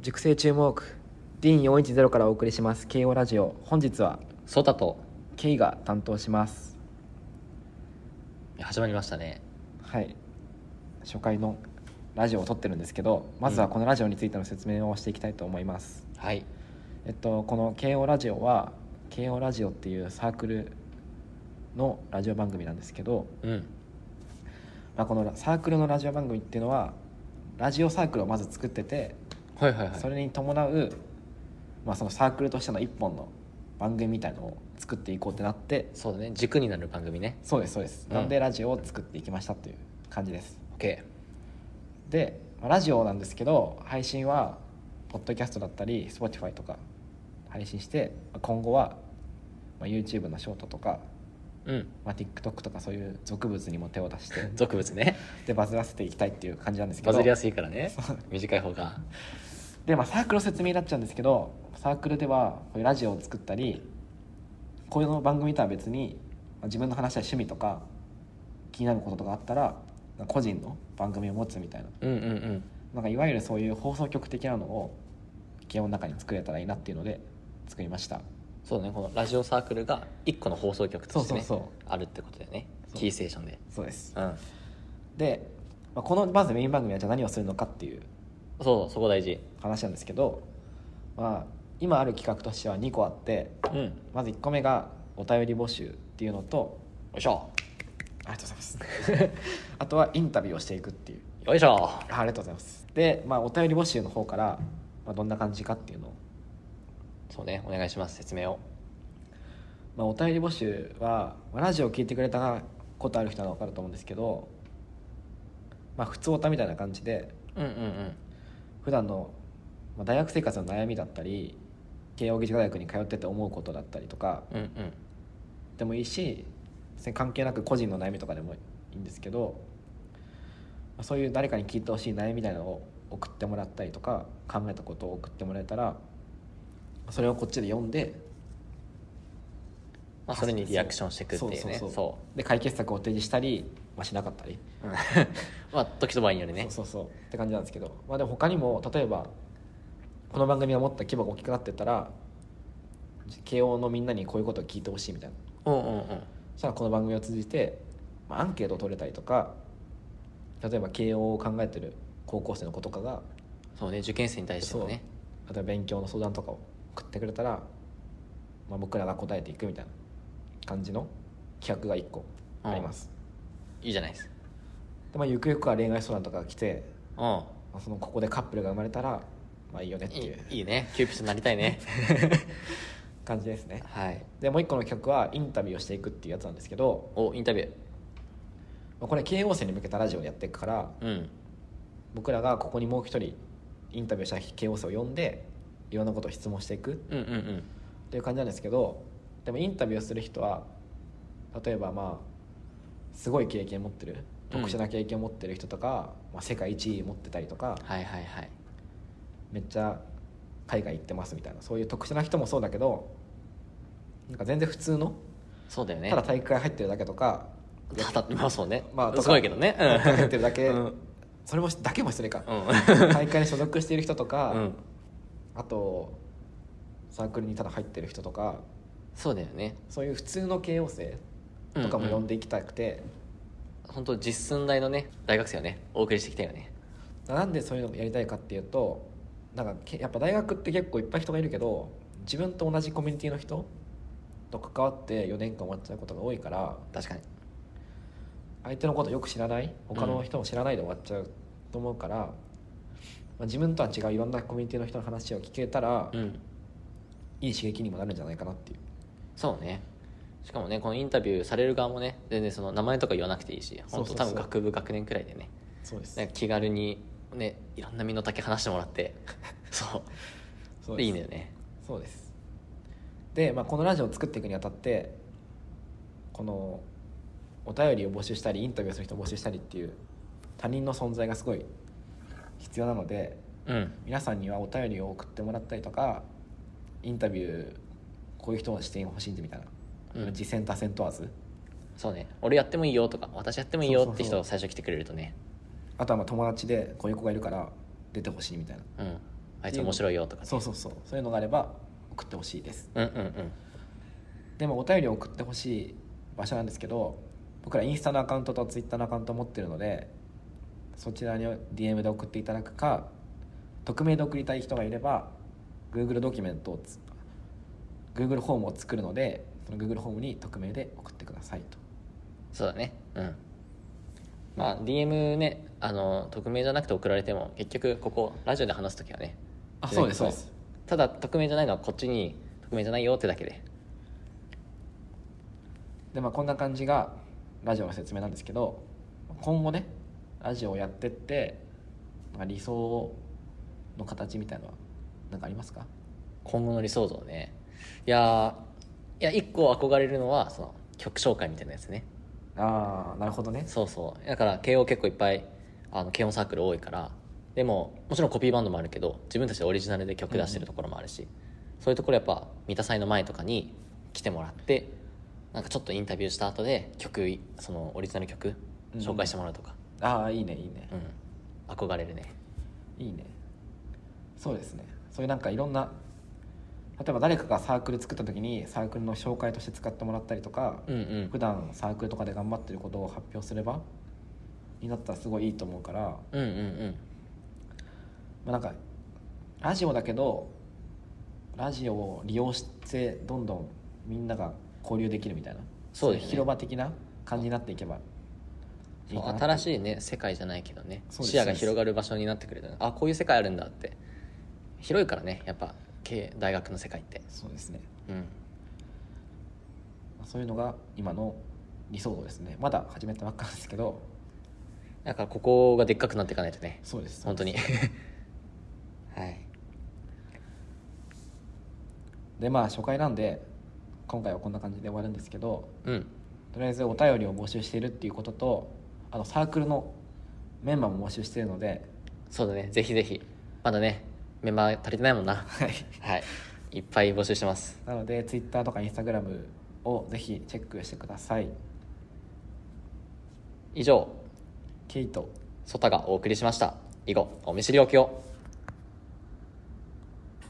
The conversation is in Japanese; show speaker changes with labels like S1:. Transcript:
S1: 熟成注目ディーン410からお送りします慶応ラジオ本日は
S2: ソタと
S1: K が担当します
S2: 始まりましたね
S1: はい初回のラジオを撮ってるんですけどまずはこのラジオについての説明をしていきたいと思います、
S2: はい
S1: えっとこの慶応ラジオは慶応ラジオっていうサークルのラジオ番組なんですけど、
S2: うん
S1: まあ、このサークルのラジオ番組っていうのはラジオサークルをまず作ってて
S2: はいはいはい
S1: それに伴う、まあ、そのサークルとしての一本の番組みたいのを作っていこうってなって
S2: そうだね軸になる番組ね
S1: そうですそうです、
S2: うん
S1: なんでラジオを作っていきましたという感じです
S2: OK
S1: で、まあラジオなんですけど配信はポッドキャストだったり Spotify とか配信してまあ今後は、まあ、YouTube のショートとか、
S2: うん
S1: まあ、TikTok とかそういう俗物にも手を出して
S2: 俗物ね
S1: でバズらせていきたいっていう感じなんですけど
S2: バズりやすいからね短い方が
S1: で、まあ、サークルの説明になっちゃうんですけどサークルではこういうラジオを作ったりこういうの番組とは別にまあ自分の話や趣味とか気になることとかあったらなんか個人の番組を持つみたいな
S2: うんうんうん
S1: なんかいわゆるそういう放送局的なのを基本の中に作れたらいいなっていうので作りました
S2: そうだねこのラジオサークルが一個の放送局としてね
S1: そうそうそう
S2: あるってことだよね
S1: そう
S2: キーステーションで
S1: そうです
S2: うん
S1: で、まあ、このまずメイン番組はじゃあ何をするのかっていう
S2: そうそこ大事
S1: 話なんですけど、まあ、今ある企画としては2個あって
S2: うんよ
S1: まず1個目がお便り募集っていうのと
S2: いしょ
S1: ありがとうございます あとはインタビューをしていくっていう
S2: よいしょ
S1: あありがとうございますで、まあ、お便り募集の方から、まあ、どんな感じかっていうのを、
S2: そうねお願いします説明を
S1: まあ、お便り募集は、まあラジオを聞いてくれたことある人は分かると思うんですけど、まあ、普通おたみたいな感じで
S2: うんうんうん
S1: 普段の、まあ、大学生活の悩みだったり慶應義塾大学に通ってて思うことだったりとか
S2: うんうん
S1: でもいいし別に関係なく個人の悩みとかでもいいんですけどまあそういう誰かに聞いてほしい悩みみたいなのを送ってもらったりとか考えたことを送ってもらえたらそれをこっちで読んで
S2: まあ、それにリアクションしていくっていうねそう
S1: そうそうそうで解決策を提示したり、まあ、しなかったり、
S2: うん まあ時と場合によりね
S1: そうそうそうって感じなんですけど、まあ、でも他にも例えばこの番組がもっと規模が大きくなってたら慶応のみんなにこういうことを聞いてほしいみたいな
S2: うんうんうん
S1: そしたらこの番組を通じて、まあ、アンケートを取れたりとか例えば慶応を考えてる高校生の子とかが、
S2: そうね受験生に対して
S1: そ
S2: も
S1: う例
S2: ね
S1: えば勉強の相談とかを送ってくれたら、まあ、僕らが答えていくみたいな感じの企画が1個あります、
S2: いいじゃないですか
S1: でまあ、ゆくゆくは恋愛相談とかが来て、
S2: うん
S1: まあそのここでカップルが生まれたら、まあ、いいよねって
S2: い
S1: いう
S2: いいいねキューピットになりたい ね
S1: 感じですね
S2: はい
S1: でもう1個の企画はインタビューをしていくっていうやつなんですけど、
S2: おインタビュー
S1: まあ、これ慶応生に向けたラジオでやっていくから
S2: うん
S1: 僕らがここにもう一人インタビューした慶応生を呼んでいろんなことを質問していくっ
S2: うんうんうん
S1: ていう感じなんですけどでもインタビューする人は例えばまあすごい経験持ってる特殊な経験持ってる人とか、まあ、世界一位持ってたりとか
S2: はいはいはい
S1: めっちゃ海外行ってますみたいなそういう特殊な人もそうだけどなんか全然普通の
S2: そうだよね
S1: ただ体育会入ってるだけとか
S2: ただまあそうね
S1: まあとか
S2: すごいけどねうん
S1: 入ってるだけ、
S2: うんうん
S1: それもだけも失礼か、
S2: うん
S1: 大会に所属している人とか、
S2: うん
S1: あとサークルにただ入ってる人とか
S2: そうだよね
S1: そういう普通の慶応生とかも呼んでいきたくて、
S2: 本当実寸大のね大学生をねお送りしてきたよね
S1: なんでそういうのをやりたいかっていうとなんかけやっぱ大学って結構いっぱい人がいるけど自分と同じコミュニティの人と関わって4年間終わっちゃうことが多いから
S2: 確かに
S1: 相手のことよく知らない他の人も知らないで終わっちゃうと思うから、まあ、自分とは違ういろんなコミュニティの人の話を聞けたら、
S2: うん
S1: いい刺激にもなるんじゃないかなっていう
S2: そうねしかもねこのインタビューされる側もね全然その名前とか言わなくていいし
S1: そう
S2: 本
S1: そ
S2: 当
S1: うそう
S2: 多分学部学年くらいでね
S1: そうです
S2: なんか気軽にねいろんな身の丈話してもらってそう
S1: そうです
S2: でいいんだよね
S1: そうですで、まあ、このラジオを作っていくにあたってこのお便りを募集したりインタビューする人を募集したりっていう他人の存在がすごい必要なので
S2: うん
S1: 皆さんにはお便りを送ってもらったりとかインタビューこういう人の視点を欲しいんでみたいな、
S2: うん
S1: 次戦多戦問わず
S2: そうね俺やってもいいよとか私やってもいい
S1: そう
S2: よっ
S1: そ
S2: て
S1: うそう
S2: 人最初来てくれるとね
S1: あとはまあ友達でこういう子がいるから出てほしいみたいな
S2: うんあいつ面白いよとかね
S1: そうそうそうそういうのがあれば送ってほしいです
S2: うんうんうん
S1: でもお便りを送ってほしい場所なんですけど僕らインスタのアカウントとツイッターのアカウントを持ってるのでそちらに DM で送っていただくか匿名で送りたい人がいれば Google ドキュメントをつ Google ホームを作るのでその Google ホームに匿名で送ってくださいと
S2: そうだねうんまあ DM ねあの匿名じゃなくて送られても結局ここラジオで話す時はね
S1: あそうですそうです
S2: ただ匿名じゃないのはこっちに匿名じゃないよってだけで
S1: でまあこんな感じがラジオの説明なんですけど今後ねラジオをやってってなんか理想の形みたいのは何かありますか
S2: 今後の理想像ねいやーいや一個憧れるのはその曲紹介みたいなやつね
S1: ああなるほどね
S2: そうそうだから慶応結構いっぱいあの慶応サークル多いからでももちろんコピーバンドもあるけど自分たちでオリジナルで曲出してるところもあるし、そういうところやっぱ三田祭の前とかに来てもらってなんかちょっとインタビューした後で曲そのオリジナル曲紹介してもらうとか、
S1: ああいいねいいね
S2: うん憧れるね
S1: いいねそうですねそういうなんかいろんな例えば誰かがサークル作った時にサークルの紹介として使ってもらったりとか、
S2: うんうん
S1: 普段サークルとかで頑張ってることを発表すればになったらすごいいいと思うから、ま
S2: うんうんうん
S1: あ、なんかラジオだけどラジオを利用してどんどんみんなが交流できるみたいな
S2: そうですね
S1: い広場的な感じになっていけばいい
S2: そう
S1: かな
S2: 新しいね世界じゃないけどね
S1: そうです
S2: 視野が広がる場所になってくれたねあこういう世界あるんだって広いからねやっぱ経大学の世界って
S1: そうですね
S2: うん
S1: そういうのが今の理想像ですねまだ始めたばっかなんですけど
S2: だからここがでっかくなっていかないとね
S1: そうです
S2: 本当に
S1: そうです
S2: はい
S1: でまあ初回なんで今回はこんな感じで終わるんですけど
S2: うん
S1: とりあえずお便りを募集しているっていうこととあのサークルのメンバーも募集しているので
S2: そうだねぜひぜひまだねメンバー足りてないもんな
S1: はい
S2: はいいっぱい募集してます
S1: なので Twitter とか Instagram をぜひチェックしてください
S2: 以上
S1: ケイト
S2: ソタがお送りしました以後お見知りおきを